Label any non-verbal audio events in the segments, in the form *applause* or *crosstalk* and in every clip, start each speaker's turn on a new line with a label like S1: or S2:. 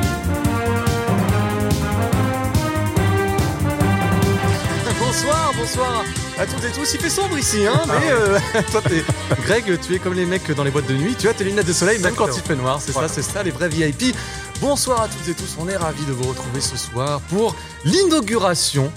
S1: *laughs* bonsoir à toutes et tous. Il fait sombre ici, hein, mais euh, *laughs* toi, t'es- Greg, tu es comme les mecs dans les boîtes de nuit, tu as tes lunettes de soleil, même quand il fait noir. C'est
S2: Voilà.
S1: ça, c'est ça, les vrais VIP. Bonsoir à toutes et tous, on est ravis de vous retrouver ce soir pour l'inauguration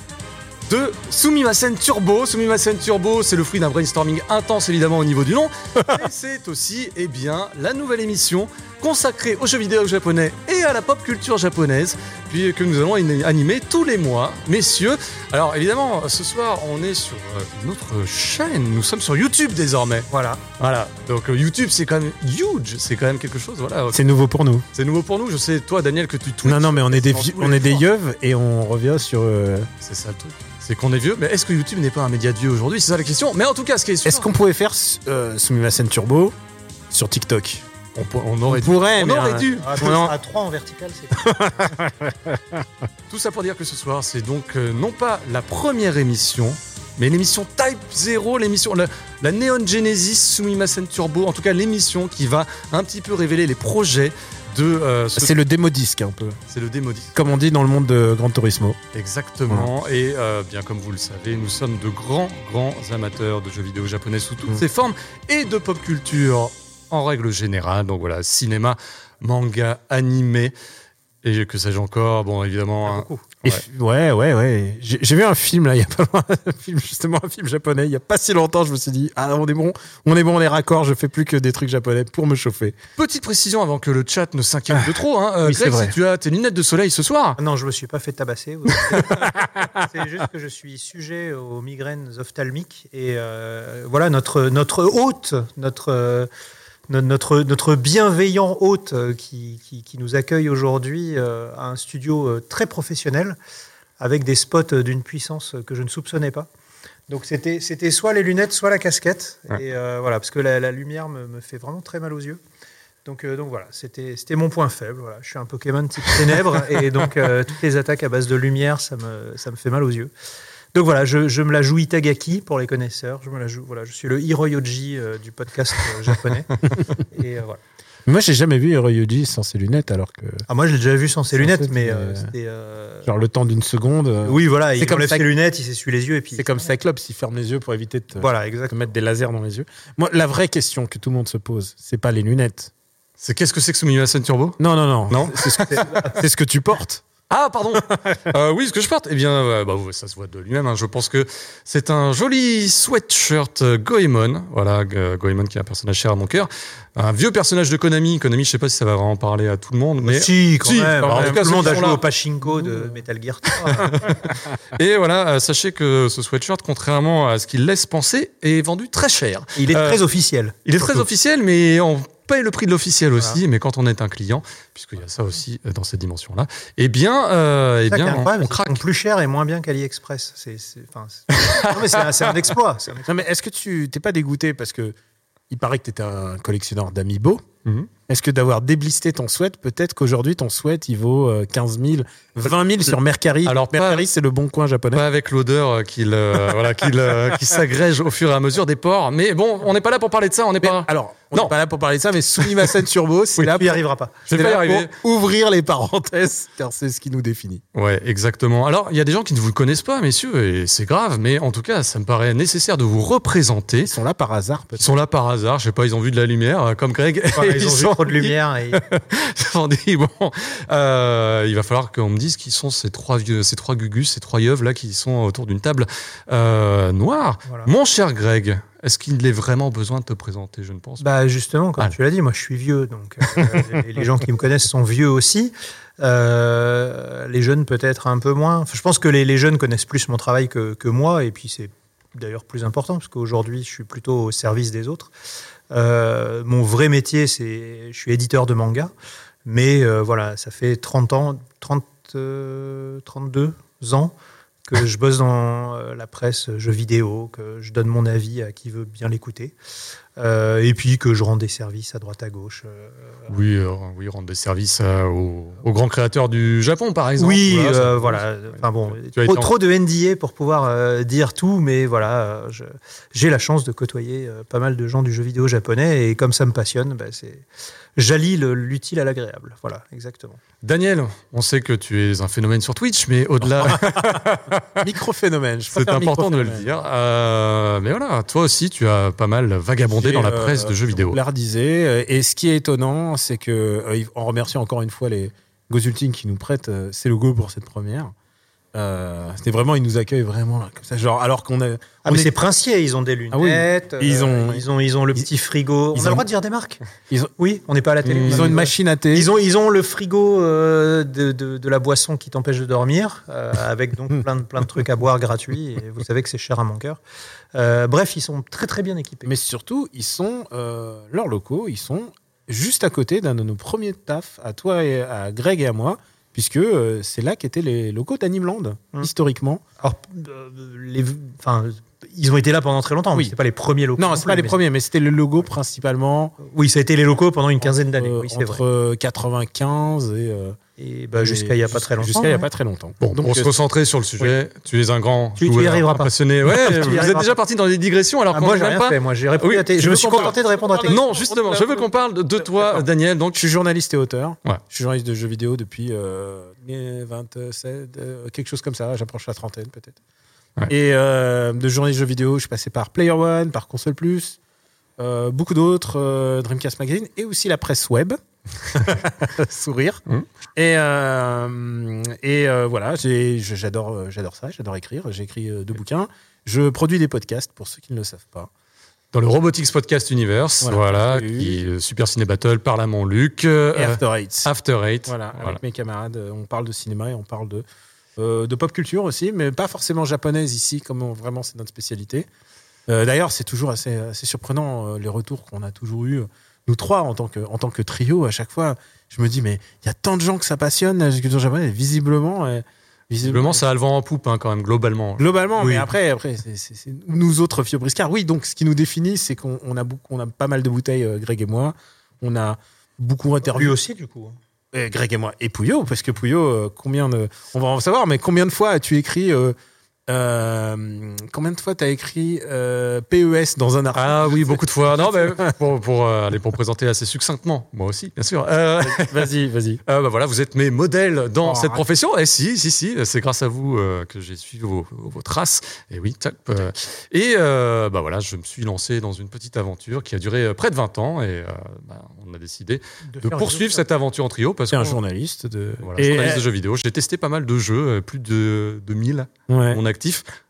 S1: de Sumimasen Turbo. Sumimasen Turbo, c'est le fruit d'un brainstorming intense évidemment au niveau du
S3: *laughs*
S1: nom. Et c'est aussi eh bien, la nouvelle émission consacrée aux jeux vidéo japonais et à la pop culture japonaise, puis que nous allons in- animer tous les mois, messieurs. Alors évidemment, ce soir, on est sur euh, une autre chaîne. Nous sommes sur YouTube désormais.
S2: Voilà.
S1: Voilà. Donc euh, YouTube, c'est quand même huge. C'est quand même quelque chose. Voilà.
S3: C'est nouveau pour nous.
S1: C'est nouveau pour nous. Je sais, toi, Daniel, que tu tweets.
S3: non, non, mais on est des,
S1: sur
S3: vieux-
S1: tous
S3: on
S1: les
S3: est des
S1: jours.
S3: yeuves et on revient sur. euh,
S1: C'est ça le truc. C'est qu'on est vieux, mais est-ce que YouTube n'est pas un média de vieux aujourd'hui C'est ça la question. Mais en tout cas, ce qui est sûr,
S3: Est-ce qu'on pouvait faire euh, Sumimasen Turbo sur TikTok
S1: on, pour- on aurait
S3: On
S1: dû. Ah,
S3: pourrait,
S1: On
S3: mais.
S1: aurait
S3: euh,
S1: dû.
S2: À
S3: On en-
S2: 3 en vertical, c'est
S1: Tout ça pour dire que ce soir, c'est donc euh, non pas la première émission, mais l'émission Type 0, l'émission la, la Neon Genesis Sumimasen Turbo, en tout cas l'émission qui va un petit peu révéler les projets de euh, ce-
S3: C'est le démo disque, un peu.
S1: c'est le démodis.
S3: Comme on dit dans le monde de Gran Turismo.
S1: Exactement. Et euh, bien comme vous le savez, nous sommes de grands, grands amateurs de jeux vidéo japonais sous toutes
S3: Mm.
S1: ses formes et de pop culture en règle générale. Donc voilà, cinéma, manga, animé et que sais-je encore. Bon, évidemment,
S2: Ah.
S1: hein,
S3: Et f- Ouais, ouais, ouais. J'ai j'ai vu un film, là, il y a pas loin, *laughs* un film, justement, un film japonais, il y a pas si longtemps, je me suis dit, ah, on est bon, on est bon, on est raccord, je fais plus que des trucs japonais pour me chauffer.
S1: petite précision avant que le chat ne s'inquiète de trop. Hein. Euh,
S3: oui,
S1: Greg,
S3: c'est vrai.
S1: si tu as tes lunettes de soleil ce soir,
S2: Ah Non, je me suis pas fait tabasser. *laughs* vous- c'est juste que je suis sujet aux migraines ophtalmiques. Et euh, voilà, notre, notre hôte, notre, euh, no- notre, notre bienveillant hôte euh, qui, qui, qui nous accueille aujourd'hui euh, à un studio euh, très professionnel, avec des spots d'une puissance que je ne soupçonnais pas. Donc c'était c'était soit les lunettes, soit la casquette. Et euh, voilà, parce que la, la lumière me, me fait vraiment très mal aux yeux. Donc, euh, donc voilà, c'était c'était mon point faible. Voilà. Je suis un Pokémon type ténèbres et donc euh, toutes les attaques à base de lumière, ça me, ça me fait mal aux yeux. Donc voilà, je, je me la joue Itagaki pour les connaisseurs. Je me la joue. Voilà, je suis le Hiroyoji euh, du podcast euh, japonais. et euh, voilà.
S3: Moi, j'ai jamais vu Hiroyuji sans ses lunettes, alors que,
S2: Ah, moi, je l'ai déjà vu sans ses
S3: C'est
S2: lunettes,
S3: en fait,
S2: mais
S3: euh,
S2: euh, c'était. euh,
S3: genre, le temps d'une seconde. euh,
S2: Oui, voilà,
S3: c'est
S2: il
S3: comme
S2: enlève
S3: ça
S2: ses
S3: que-
S2: lunettes, il s'essuie les yeux et puis.
S3: C'est comme Cyclops, il ferme les yeux pour éviter de te-
S2: Voilà,
S3: te
S2: exactement.
S3: mettre des lasers dans les yeux. Moi, la vraie question que tout le monde se pose, c'est pas les lunettes.
S1: c'est qu'est-ce que c'est que Sumimasen Turbo
S3: Non, non, non.
S1: Non
S3: C'est ce, c'est ce que tu portes.
S1: Ah, pardon *laughs* Euh, Oui, ce que je porte Eh bien, euh, bah, ouais, ça se voit de lui-même. hein. Je pense que c'est un joli sweatshirt euh, Goemon. Voilà, G- euh, Goemon qui est un personnage cher à mon cœur. Un vieux personnage de Konami. Konami, je sais pas si ça va vraiment parler à tout le monde, mais...
S2: Si, quand
S1: Si,
S2: même.
S1: quand
S2: Alors,
S1: même.
S2: Tout le
S1: Ceux
S2: monde
S1: qui
S2: a
S1: sont
S2: joué
S1: là.
S2: au Pachinko de Metal Gear 3.
S1: *laughs* Et voilà, euh, sachez que ce sweatshirt, contrairement à ce qu'il laisse penser, est vendu très cher.
S2: il est
S1: Euh,
S2: très officiel.
S1: Il est très officiel, mais on paye le prix de l'officiel aussi. Mais quand on est un client, puisqu'il y a ça aussi euh, dans cette dimension-là, eh bien, euh, eh
S2: C'est ça qui est
S1: bien on,
S2: incroyable,
S1: on
S2: c'est qu'ils
S1: craque.
S2: sont plus cher et moins bien qu'AliExpress. C'est, c'est- enfin, c'est- non, mais c'est un, c'est un exploit.
S1: *laughs*
S2: c'est un exploit.
S3: Non, mais est-ce que tu t'es pas dégoûté parce que il paraît que tu étais un collectionneur d'amiibo.
S1: Mhm.
S3: Est-ce que d'avoir déblisté ton sweat, peut-être qu'aujourd'hui ton sweat il vaut euh, 15 000, 20 000 sur Mercari.
S1: Alors, pas-
S3: Mercari c'est le bon coin japonais.
S1: Pas avec l'odeur euh, qu'il euh, *laughs* voilà, qu'il, euh, qui s'agrège au fur et à mesure des ports. Mais bon, on n'est pas là pour parler de ça. On n'est
S3: Mais-
S1: pas.
S3: alors, on
S1: Non.
S3: n'est pas là pour parler de ça, mais Sumimasen Turbo, c'est là
S2: Tu
S3: pour,
S2: n'y arriveras pas.
S1: Je vais
S3: c'est
S1: pas y
S3: là
S1: arriver.
S3: pour ouvrir les parenthèses, car c'est ce qui nous définit.
S1: Ouais, exactement. Alors, il y a des gens qui ne vous le connaissent pas, messieurs, et c'est grave. Mais en tout cas, ça me paraît nécessaire de vous représenter.
S3: Ils sont là par hasard,
S1: Ils
S3: *laughs* peut-être.
S1: sont là par hasard. Je sais pas, ils ont vu de la lumière, euh, comme Greg. *laughs* Et
S2: Voilà, ils ont vu
S1: sont-
S2: trop de lumière. Et...
S1: Ils ont dit, bon, euh, il va falloir qu'on me dise qui sont ces trois vieux, ces trois gugus, ces trois yeuves là qui sont autour d'une table euh, noire.
S2: Voilà.
S1: Mon cher Greg, est-ce qu'il est vraiment besoin de te présenter Je ne pense pas.
S2: Bah justement, comme
S1: Ah.
S2: tu l'as dit, moi je suis vieux, donc euh, les, les gens qui me connaissent sont vieux aussi. Euh, les jeunes peut-être un peu moins. Enfin, je pense que les, les jeunes connaissent plus mon travail que, que moi, et puis c'est d'ailleurs plus important, parce qu'aujourd'hui je suis plutôt au service des autres. Euh, mon vrai métier, c'est je suis éditeur de manga, mais euh, voilà, ça fait 30 ans, 30, euh, 32 ans que je bosse dans euh, la presse jeux vidéo, que je donne mon avis à qui veut bien l'écouter. euh, et puis que je rende des services à droite à gauche. euh,
S1: Oui, euh, oui, rendre des services euh, aux, aux grands créateurs du Japon, par exemple.
S2: oui,
S1: Voilà, ça-
S2: euh, voilà. Enfin bon,
S1: Tu as été
S2: trop,
S1: en-
S2: trop de NDA pour pouvoir euh, dire tout, mais voilà, euh, je- j'ai la chance de côtoyer euh, pas mal de gens du jeu vidéo japonais et comme ça me passionne, bah, c'est j'allie le- l'utile à l'agréable. Voilà, exactement.
S1: Daniel, on sait que tu es un phénomène sur Twitch, mais
S2: *laughs*
S1: au-delà,
S3: Microphénomène. je
S1: c'est
S3: préfère
S1: important de le
S3: microphénomène.
S1: dire. Euh, mais voilà, toi aussi, tu as pas mal vagabondé
S3: J'ai,
S1: dans la
S3: euh,
S1: presse de jeux vidéo.
S3: On l'a redisait, euh, Et ce qui est étonnant, c'est que, euh, en remerciant encore une fois les Gozulting qui nous prêtent euh, ces logos pour cette première, euh, c'était vraiment, ils nous accueillent vraiment là, comme ça. Genre, alors qu'on a.
S2: Ah,
S3: on
S2: mais
S3: est-
S2: c'est princier, ils ont des lunettes,
S3: Ah oui.
S2: euh,
S3: Ils ont-
S2: ils ont, ils ont le
S3: ils-
S2: petit frigo. on
S3: ils
S2: a
S3: ont-
S2: le droit de dire des marques
S3: Ils ont-
S2: Oui, on n'est pas à la télé.
S3: ils ont
S2: Ouais.
S3: une machine à thé.
S2: Ils ont, ils ont le frigo euh, de, de- de la boisson qui t'empêche de dormir, euh, avec donc plein de, plein de trucs à boire gratuits. Et vous savez que c'est cher à mon cœur. Euh, bref, ils sont très très bien équipés.
S3: Mais surtout, ils sont euh, leurs locaux, ils sont juste à côté d'un de nos premiers tafs, à toi et à Greg et à moi, puisque euh, c'est là qu'étaient les locaux d'Animeland,
S2: Mm.
S3: historiquement.
S2: Alors, euh, les, enfin, ils ont été là pendant très longtemps.
S3: Oui.
S2: Oui, c'est pas les premiers locaux.
S3: Non, c'est pas les
S2: mais-
S3: premiers, mais c'était le logo principalement
S2: Oui, ça a été les locaux pendant une quinzaine d'années.
S3: euh,
S2: Oui, c'est vrai.
S3: entre 95 et, euh,
S2: Et bah,
S3: et
S2: jusqu'à il y a pas
S3: jus-
S2: très longtemps.
S3: Jusqu'à il y a
S2: ouais.
S3: pas très longtemps.
S1: Bon,
S3: Donc,
S1: pour se
S3: euh,
S1: concentrer sur le sujet, tu es un grand
S2: Tu- tu y
S1: joueur
S2: arriveras pas.
S1: passionné.
S2: *laughs*
S1: Ouais, vous êtes
S2: arriveras
S1: déjà parti dans des digressions alors
S2: Ah,
S1: qu'on
S2: moi,
S1: n'est
S2: j'ai
S1: même pas.
S2: rien fait. Moi, j'ai répondu
S1: Oui,
S2: à tes.
S1: je
S2: Je
S1: veux
S2: me suis
S1: qu'on parle-
S2: contenté de répondre à tes.
S1: Non, justement, je veux qu'on parle de toi,
S3: D'accord.
S1: Daniel. Donc,
S3: je suis journaliste et auteur.
S1: Ouais.
S3: Je suis journaliste de jeux vidéo depuis euh, 27, euh, quelque chose comme ça. J'approche la trentaine peut-être.
S1: Ouais.
S3: Et euh, de journaliste de jeux vidéo, je suis passé par Player One, par Console Plus, euh, beaucoup d'autres, euh, Dreamcast Magazine et aussi la presse
S1: *laughs*
S3: web. Sourire.
S1: Mhm.
S3: Et, euh, et euh, voilà, j'ai- je- j'adore euh, j'adore ça, j'adore écrire. J'ai écrit euh, deux bouquins. Je produis des podcasts pour ceux qui ne le savent pas.
S1: dans le Robotics Podcast Universe,
S3: Voilà,
S1: voilà,
S3: salut.
S1: qui est le Super Ciné Battle, parle à mon Luc, euh,
S3: Et After Eight.
S1: After Eight.
S3: Voilà,
S1: Voilà.
S3: avec mes camarades, euh, on parle de cinéma et on parle de, euh, de pop culture aussi, mais pas forcément japonaise ici, comme on- vraiment c'est notre spécialité. Euh, D'ailleurs, c'est toujours assez, assez surprenant euh, les retours qu'on a toujours eu nous trois en tant que en tant que trio à chaque fois. Je me dis mais il y a tant de gens que ça passionne la culture japonaise. Visiblement, euh,
S1: Visiblement, ça a le vent en poupe hein, quand même, globalement.
S3: Globalement,
S1: Oui.
S3: mais après, après c'est- c'est- c'est nous autres Fio Briscard. Oui, donc ce qui nous définit, c'est qu'on on a, beaucoup- on a pas mal de bouteilles, euh, Greg et moi. On a beaucoup interviewé.
S2: Lui aussi, du coup. hein.
S3: Euh, Greg et moi. Et Pouillot, parce que Pouillot, euh, combien de. On va en savoir, mais combien de fois as-tu écrit. euh, euh, combien de fois t'as écrit euh, PES dans un article
S1: Ah oui, beaucoup de fois. Non, mais pour, pour, euh, aller pour présenter assez succinctement, moi aussi, bien sûr. Euh,
S3: Vas-y, vas-y.
S1: Euh, bah voilà, vous êtes mes modèles dans
S3: Oh,
S1: cette
S3: arrête.
S1: profession. Et si, si, si, c'est grâce à vous euh, que j'ai suivi vos, vos traces. Et oui, tac. euh, et euh, bah voilà, je me suis lancé dans une petite aventure qui a duré euh, près de 20 ans. Et euh, bah, on a décidé de
S2: faire
S1: poursuivre
S2: une-
S1: cette aventure en trio parce
S3: C'est
S1: que
S3: un journaliste de.
S1: voilà, journaliste de jeux vidéo. J'ai testé pas mal de jeux, euh, plus de 2000
S3: Ouais.
S1: mon actif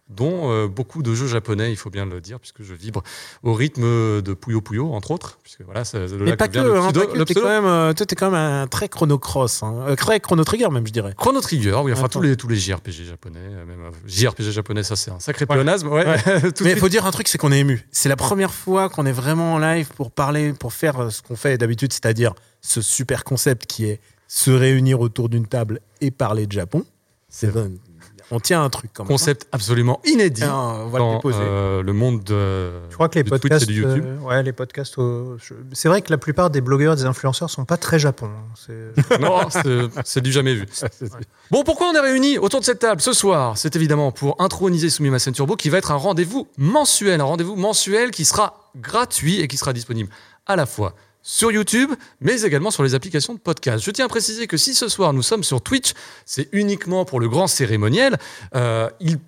S1: dont euh, beaucoup de jeux japonais, il faut bien le dire, puisque je vibre au rythme de Puyo Puyo, entre autres, puisque voilà, c'est de là
S3: Mais
S1: que
S3: pas que,
S1: vient le
S3: hein,
S1: pseudo-
S3: pas que,
S1: le
S3: t'es
S1: pseudo-
S3: quand même, euh, toi, t'es quand même un très chronocross, hein, euh, très chrono-trigger même, je dirais.
S1: Chrono Trigger, oui, enfin
S3: Attends.
S1: tous les, tous les JRPG japonais, euh, même euh, JRPG japonais, ça c'est un sacré pléonasme, ouais. Tout de
S3: mais
S1: suite.
S3: faut dire un truc, c'est qu'on est ému. C'est la première fois qu'on est vraiment en live pour parler, pour faire euh, ce qu'on fait d'habitude, c'est-à-dire ce super concept qui est se réunir autour d'une table et parler de Japon. C'est vrai. On tient un truc quand
S1: *laughs*
S3: même.
S1: Concept absolument inédit
S3: Tiens, on va le
S1: dans
S3: déposer.
S1: euh, le monde de,
S2: Je crois que les
S1: du Twitch et
S2: podcasts,
S1: du YouTube.
S2: euh, ouais, les podcasts. euh, je- c'est vrai que la plupart des blogueurs, des influenceurs sont pas très japon. hein. C'est-
S1: *laughs* Non, c'est- *laughs* c'est du jamais vu. Bon, pourquoi on est réunis autour de cette table ce soir C'est évidemment pour introniser Soumimasen Turbo, qui va être un rendez-vous mensuel, un rendez-vous mensuel qui sera gratuit et qui sera disponible à la fois sur YouTube, mais également sur les applications de podcast. Je tiens à préciser que si ce soir nous sommes sur Twitch, c'est uniquement pour le grand cérémoniel. Euh, il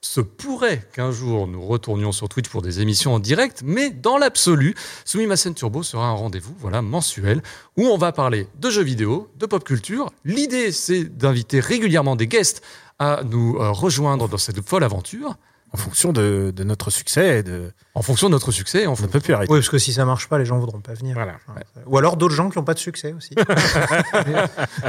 S1: se pourrait qu'un jour nous retournions sur Twitch pour des émissions en direct, mais dans l'absolu, Soumimasen Turbo sera un rendez-vous voilà, mensuel où on va parler de jeux vidéo, de pop culture. L'idée, c'est d'inviter régulièrement des guests à nous euh, rejoindre dans cette folle aventure
S3: En fonction de, de notre succès, et de,
S1: en fonction de notre succès. et En
S3: on ne
S1: fon-
S3: *laughs* peut plus arrêter.
S2: Oui, parce que si ça marche pas, les gens voudront pas venir.
S3: Voilà.
S2: Enfin, Ou alors d'autres gens qui n'ont pas de succès
S1: *laughs*
S2: aussi.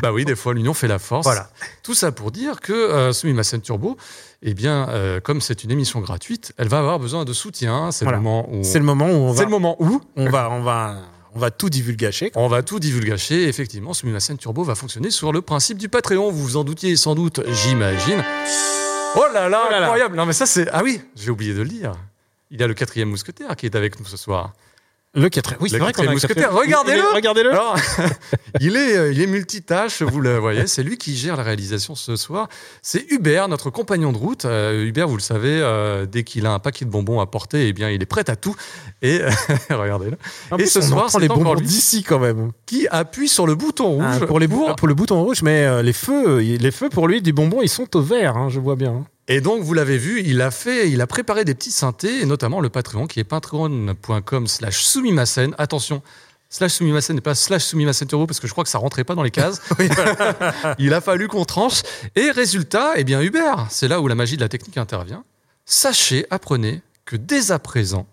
S1: bah oui, des fois, l'union fait la force.
S2: voilà.
S1: Tout ça pour dire que euh, Sumimasen Turbo, eh bien, euh, comme c'est une émission gratuite, elle va avoir besoin de soutien. C'est
S3: Voilà.
S1: le moment où.
S3: C'est le moment où on
S1: C'est
S3: va,
S1: le moment où
S3: on va, on va, on va tout divulgacher.
S1: On va tout divulgacher. Effectivement, Sumimasen Turbo va fonctionner sur le principe du Patreon. Vous vous en doutiez sans doute, j'imagine. Oh là là,
S3: Oh là là.
S1: incroyable Non mais ça c'est... Ah oui, j'ai oublié de le dire. Il y a le quatrième mousquetaire qui est avec nous ce soir.
S3: Le 4 Oui, c'est
S1: Le
S3: vrai qu'on a
S1: quatrième
S3: un
S1: mousquetaire.
S3: quatrième-
S1: Regardez-le
S3: Il est- Regardez-le
S1: Alors, *laughs* il est, euh, il est multitâche, vous le voyez, c'est lui qui gère la réalisation ce soir. C'est Hubert, notre compagnon de route. Euh, Hubert, vous le savez, euh, dès qu'il a un paquet de bonbons à porter, eh bien, il est prêt à tout. Et *laughs* euh, regardez-le.
S3: En
S1: Et
S3: plus,
S1: ce
S3: on
S1: soir,
S3: entend
S1: c'est
S3: les
S1: encore
S3: bonbons
S1: lui.
S3: d'ici quand même.
S1: Qui appuie sur le bouton rouge
S3: Ah, pour, les bou- pour le bouton rouge, mais euh, les feux, il- les feux pour lui du bonbon, ils sont au vert, hein, je vois bien.
S1: Et donc, vous l'avez vu, il a fait, il a préparé des petits synthés, et notamment le Patreon qui est patreon.com slash soumimasen. Attention, slash soumimasen et pas slash soumimasen turbo parce que je crois que ça rentrait pas dans les cases. il a fallu qu'on tranche. Et résultat, eh bien, Hubert, c'est là où la magie de la technique intervient. Sachez, apprenez que dès à présent,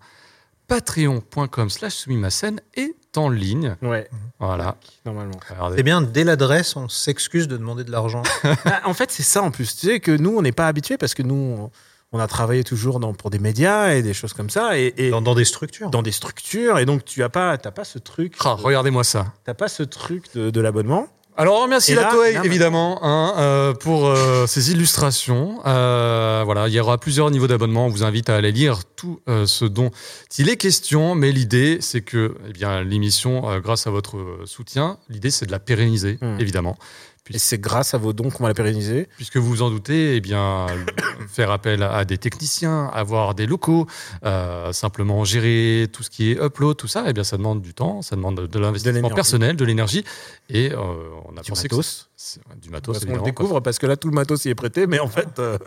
S1: patreon.com slash soumimasen est en ligne.
S3: Ouais,
S1: Voilà.
S3: normalement.
S1: Regardez.
S2: C'est Eh bien, dès l'adresse, on s'excuse de demander de l'argent.
S3: Bah, en fait, c'est ça en plus. Tu sais que nous, on n'est pas habitués parce que nous, on- on a travaillé toujours dans, pour des médias et des choses comme ça et, et dans,
S2: Dans, dans des structures.
S3: des structures. Et donc, tu n'as pas, t'as pas ce truc,
S1: Ah, regardez-moi ça.
S3: t'as pas ce truc de, de l'abonnement.
S1: Alors, on remercie
S3: Et
S1: la
S3: là,
S1: Toei,
S3: là,
S1: évidemment, hein, euh, pour euh, ses illustrations. Euh, voilà, il y aura plusieurs niveaux d'abonnement. On vous invite à aller lire tout euh, ce dont il est question. Mais l'idée, c'est que eh bien, l'émission, euh, grâce à votre euh, soutien, l'idée, c'est de la pérenniser,
S3: Hmm.
S1: évidemment.
S3: Et c'est grâce à vos dons qu'on va la pérenniser.
S1: Puisque vous vous en doutez, eh bien, *coughs* le- faire appel à des techniciens, avoir des locaux, euh, simplement gérer tout ce qui est upload, tout ça, eh bien, ça demande du temps, ça demande de l'investissement
S3: l'énergie.
S1: personnel, de l'énergie. Et euh, on a
S3: Du
S1: pensé que
S3: matos.
S1: c'est- c'est- du matos,
S3: Parce qu'on le
S1: évidemment, quoi.
S3: découvre parce que là, tout le matos il est prêté, mais en fait, euh,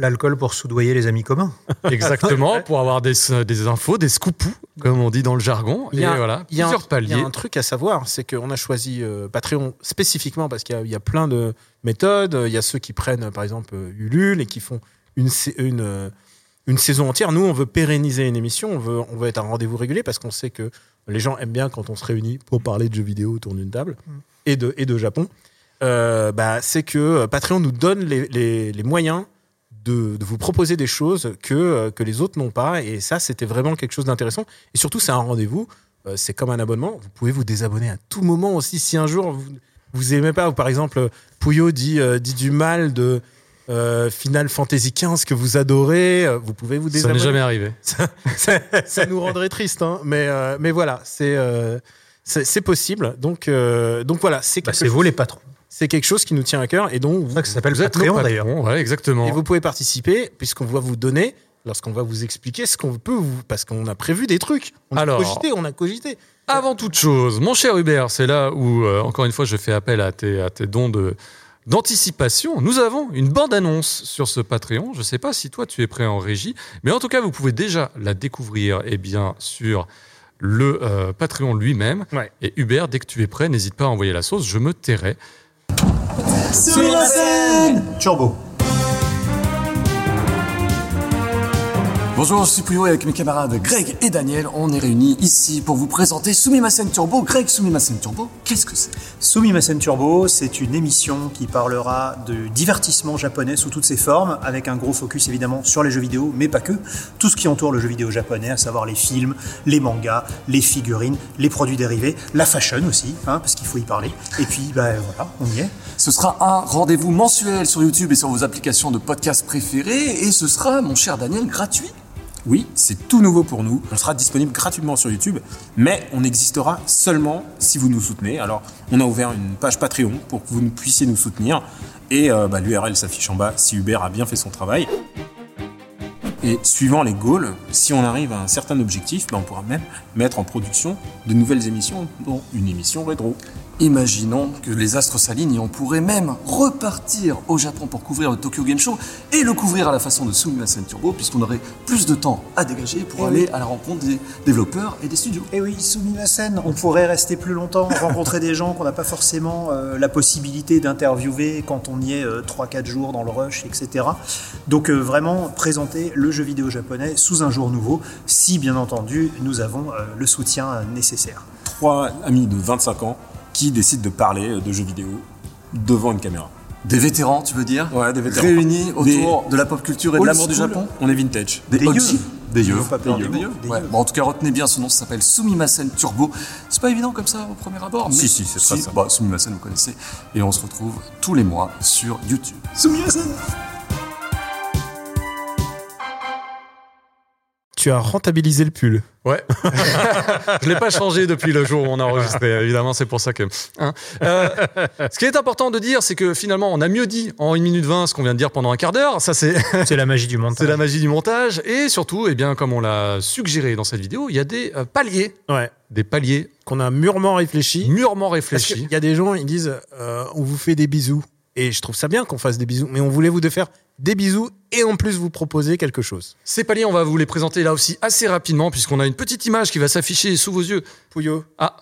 S2: L'alcool pour soudoyer les amis communs.
S1: Exactement, pour avoir des, euh, des infos, des scoopous, comme on dit dans le jargon.
S3: Il y a-
S1: et voilà,
S3: Il y, a un,
S1: plusieurs
S3: il y
S1: paliers.
S3: a un truc à savoir, c'est qu'on a choisi euh, Patreon spécifiquement parce qu'il y a- il y, a plein de méthodes. Il y a ceux qui prennent, par exemple, euh, Ulule et qui font une, sa- une, euh, une saison entière. Nous, on veut pérenniser une émission, on veut, on veut être un rendez-vous régulier parce qu'on sait que les gens aiment bien quand on se réunit pour parler de jeux vidéo autour d'une table et, de, et de Japon. Euh, bah, c'est que euh, Patreon nous donne les, les- les moyens de, de vous proposer des choses que, euh, que les autres n'ont pas. Et ça, c'était vraiment quelque chose d'intéressant. Et surtout, c'est un rendez-vous. Euh, c'est comme un abonnement. Vous pouvez vous désabonner à tout moment aussi. Si un jour vous, vous aimez pas, ou par exemple, Pouillot dit, euh, dit du mal de euh, Final Fantasy XV que vous adorez, euh, vous pouvez vous
S1: Ça
S3: désabonner.
S1: n'est jamais arrivé.
S3: ça, *laughs* ça nous rendrait triste, hein. mais, euh, mais voilà, c'est. euh, c'est c'est possible. Donc, euh, donc voilà, c'est
S2: Bah,
S3: quelque,
S2: c'est vous les patrons.
S3: c'est quelque chose qui nous tient à cœur et dont
S2: C'est
S3: vous,
S2: ça que ça s'appelle
S1: Vous êtes nos
S2: Patreon
S1: patrons,
S2: d'ailleurs.
S1: Ouais, exactement.
S3: et vous pouvez participer puisqu'on va vous donner, lorsqu'on va vous expliquer ce qu'on peut vous. Parce qu'on a prévu des trucs. On
S1: Alors.
S3: a cogité, on a cogité.
S1: Avant toute chose, mon cher Hubert, c'est là où, euh, encore une fois, je fais appel à tes, à tes dons de d'anticipation. Nous avons une bande-annonce sur ce Patreon. Je ne sais pas si toi, tu es prêt en régie, mais en tout cas, vous pouvez déjà la découvrir eh bien, sur le euh, Patreon lui-même.
S3: Ouais.
S1: Et Hubert, dès que tu es prêt, n'hésite pas à envoyer la sauce, je me tairai.
S4: Turbo.
S5: Bonjour, je suis Puyo et avec mes camarades Greg et Daniel, on est réunis ici pour vous présenter Sumimasen Turbo. Greg, Sumimasen Turbo, qu'est-ce que c'est
S4: Sumimasen Turbo, c'est une émission qui parlera de divertissement japonais sous toutes ses formes, avec un gros focus évidemment sur les jeux vidéo, mais pas que. Tout ce qui entoure le jeu vidéo japonais, à savoir les films, les mangas, les figurines, les produits dérivés, la fashion aussi, hein, parce qu'il faut y parler. Et puis, bah voilà, on y est.
S5: Ce sera un rendez-vous mensuel sur YouTube et sur vos applications de podcast préférées et ce sera, mon cher Daniel, gratuit.
S6: Oui, c'est tout nouveau pour nous. On sera disponible gratuitement sur YouTube, mais on existera seulement si vous nous soutenez. Alors, on a ouvert une page Patreon pour que vous nous puissiez nous soutenir. Et euh, bah, l'URL s'affiche en bas si Hubert a bien fait son travail. Et suivant les goals, si on arrive à un certain objectif, bah, on pourra même mettre en production de nouvelles émissions, dont une émission rétro.
S5: Imaginons que les astres s'alignent et on pourrait même repartir au Japon pour couvrir le Tokyo Game Show et le couvrir à la façon de Sumimasen Turbo puisqu'on aurait plus de temps à dégager
S6: Eh
S5: pour aller à la rencontre des développeurs et des studios.
S4: Et Eh oui, Sumimasen, on pourrait rester plus longtemps, *laughs* rencontrer des gens qu'on n'a pas forcément euh, la possibilité d'interviewer quand on y est euh, 3-4 jours dans le rush, etc. Donc euh, vraiment présenter le jeu vidéo japonais sous un jour nouveau, si bien entendu nous avons euh, le soutien euh, nécessaire.
S6: Trois amis de 25 ans qui décident de parler euh, de jeux vidéo devant une caméra.
S5: Des vétérans, tu veux dire
S6: Ouais, des vétérans.
S5: Réunis
S6: Des-
S5: autour de la pop culture et de
S6: Old
S5: l'amour du
S6: school,
S5: Japon
S6: On est vintage.
S5: Des
S4: yeux.
S5: OG Des yeux.
S4: Ils ont pas peur
S5: Des
S4: des
S5: yeux.
S4: mots, des
S5: Ouais.
S4: yeux.
S5: Bon, en tout cas, retenez bien ce nom, ça s'appelle Sumimasen Turbo. C'est pas évident comme ça au premier abord, mais.
S6: Si, si, c'est très simple.
S5: Bah, Sumimasen, vous connaissez. Et on se retrouve tous les mois sur YouTube.
S4: Sumimasen
S3: Tu as rentabilisé le pull.
S1: Ouais. je l'ai pas changé depuis le jour où on a enregistré. Évidemment, c'est pour ça que. hein. Euh, ce qui est important de dire, c'est que finalement, on a mieux dit en 1 minute 20 ce qu'on vient de dire pendant un quart d'heure. Ça, c'est *laughs*
S2: C'est la magie du Euh, montage.
S1: c'est la magie du montage. Et surtout, eh bien, comme on l'a suggéré dans cette vidéo, il y a des euh, paliers.
S3: Ouais.
S1: Des paliers
S3: Qu'on a mûrement réfléchi.
S1: mûrement
S3: Parce
S1: réfléchis.
S3: qu'il y a des gens, ils disent euh, on vous fait des bisous. Et je trouve ça bien qu'on fasse des bisous. Mais on voulait vous de faire des bisous et en plus vous proposer quelque chose.
S1: Ces paliers, on va vous les présenter là aussi assez rapidement, puisqu'on a une petite image qui va s'afficher sous vos yeux.
S3: Pouillot.
S1: Ah.